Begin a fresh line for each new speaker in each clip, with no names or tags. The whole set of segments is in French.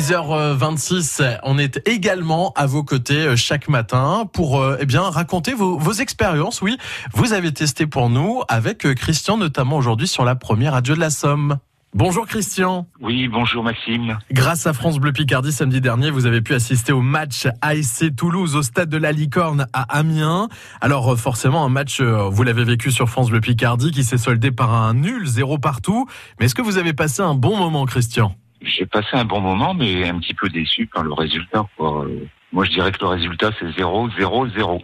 6h26, on est également à vos côtés euh, chaque matin pour euh, eh bien raconter vos, vos expériences. Oui, vous avez testé pour nous avec euh, Christian notamment aujourd'hui sur la première radio de la Somme. Bonjour Christian.
Oui, bonjour Maxime.
Grâce à France Bleu Picardie samedi dernier, vous avez pu assister au match ASC Toulouse au stade de la Licorne à Amiens. Alors euh, forcément un match, euh, vous l'avez vécu sur France Bleu Picardie qui s'est soldé par un nul, zéro partout. Mais est-ce que vous avez passé un bon moment Christian
J'ai passé un bon moment, mais un petit peu déçu par le résultat. quoi. Euh, Moi, je dirais que le résultat, c'est 0, 0, 0.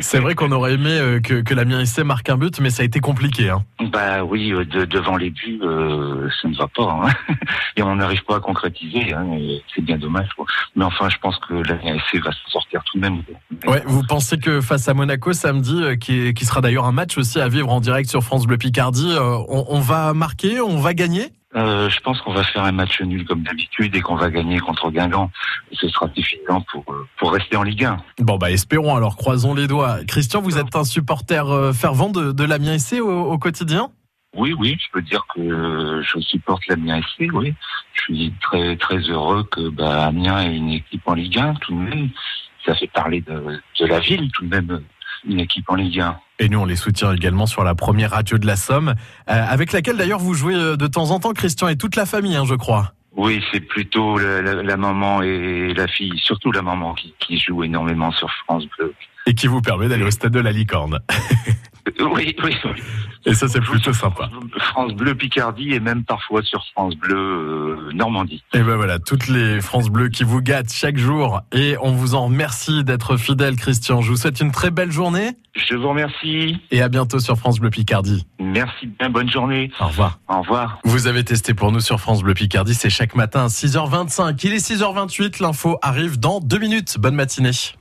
C'est vrai qu'on aurait aimé euh, que, que l'Amiens SC marque un but, mais ça a été compliqué. hein.
bah oui, euh, de- devant les buts, euh, ça ne va pas. hein. Et on n'arrive pas à concrétiser. hein, et c'est bien dommage. quoi. Mais enfin, je pense que la NSC va s'en sortir tout de même.
Ouais, vous pensez que face à Monaco samedi, euh, qui, est- qui sera d'ailleurs un match aussi à vivre en direct sur France Bleu Picardie, euh, on, on va marquer, on va gagner
Euh, je pense qu'on va faire un match nul comme d'habitude et qu'on va gagner contre Guingamp. Ce sera suffisant pour, euh, pour rester en Ligue 1.
Bon bah espérons alors, croisons les doigts. Christian, vous êtes un supporter euh, fervent de, de l'Amiens SC au, au quotidien
Oui, oui, je peux dire que je supporte l'Amiens SC, oui. Je suis très très heureux que bah, Amiens ait une équipe en Ligue 1, tout de même. Ça fait parler de, de la ville, tout de même, une équipe en Ligue 1.
et nous, on les soutient également sur la première radio de la Somme, euh, avec laquelle d'ailleurs vous jouez euh, de temps en temps, Christian, et toute la famille, hein, je crois.
Oui, c'est plutôt la, la- la maman et la fille, surtout la maman qui, qui joue énormément sur France Bleu.
Et qui vous permet d'aller au stade de la Licorne.
Euh, Oui, oui, oui.
Et ça, c'est plutôt sympa.
France Bleu Picardie et même parfois sur France Bleu euh, Normandie.
Et ben voilà, toutes les France Bleues qui vous gâtent chaque jour. Et on vous en remercie d'être fidèle, Christian. Je vous souhaite une très belle journée
Je vous remercie.
et à bientôt sur France Bleu Picardie.
Merci bien. Bonne journée.
Au revoir.
Au revoir.
Vous avez testé pour nous sur France Bleu Picardie, c'est chaque matin à 6h25. Il est 6h28, l'info arrive dans deux minutes. Bonne matinée.